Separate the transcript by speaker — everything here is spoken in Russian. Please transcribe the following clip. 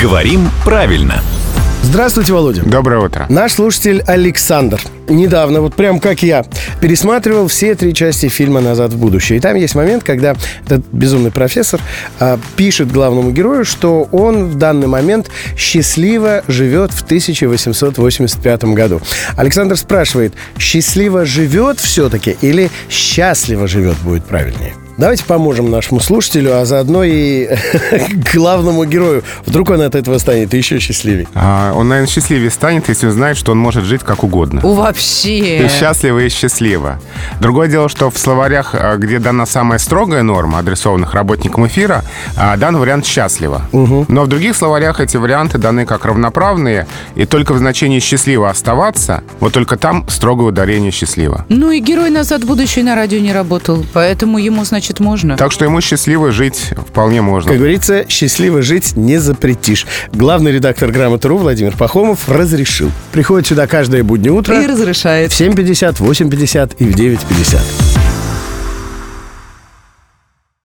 Speaker 1: Говорим правильно.
Speaker 2: Здравствуйте, Володя.
Speaker 3: Доброе утро.
Speaker 2: Наш слушатель Александр недавно, вот прям как я, пересматривал все три части фильма «Назад в будущее». И там есть момент, когда этот безумный профессор а, пишет главному герою, что он в данный момент счастливо живет в 1885 году. Александр спрашивает, счастливо живет все-таки или счастливо живет будет правильнее? Давайте поможем нашему слушателю, а заодно и главному герою. Вдруг он от этого станет еще счастливее.
Speaker 3: А, он, наверное, счастливее станет, если узнает, что он может жить как угодно.
Speaker 4: У, Вообще.
Speaker 3: И счастливо, и счастливо. Другое дело, что в словарях, а, где дана самая строгая норма, адресованных работникам эфира, а, дан вариант «счастливо». Но в других словарях эти варианты даны как равноправные, и только в значении «счастливо оставаться», вот только там строгое ударение «счастливо».
Speaker 4: Ну и герой «Назад в будущее» на радио не работал, поэтому ему, значит, можно.
Speaker 3: Так что ему счастливо жить вполне можно.
Speaker 2: Как говорится, счастливо жить не запретишь. Главный редактор «Грамоты.ру» Владимир Пахомов разрешил. Приходит сюда каждое буднее утро
Speaker 4: И разрешает.
Speaker 2: в 7.50, 8.50 и в 9.50.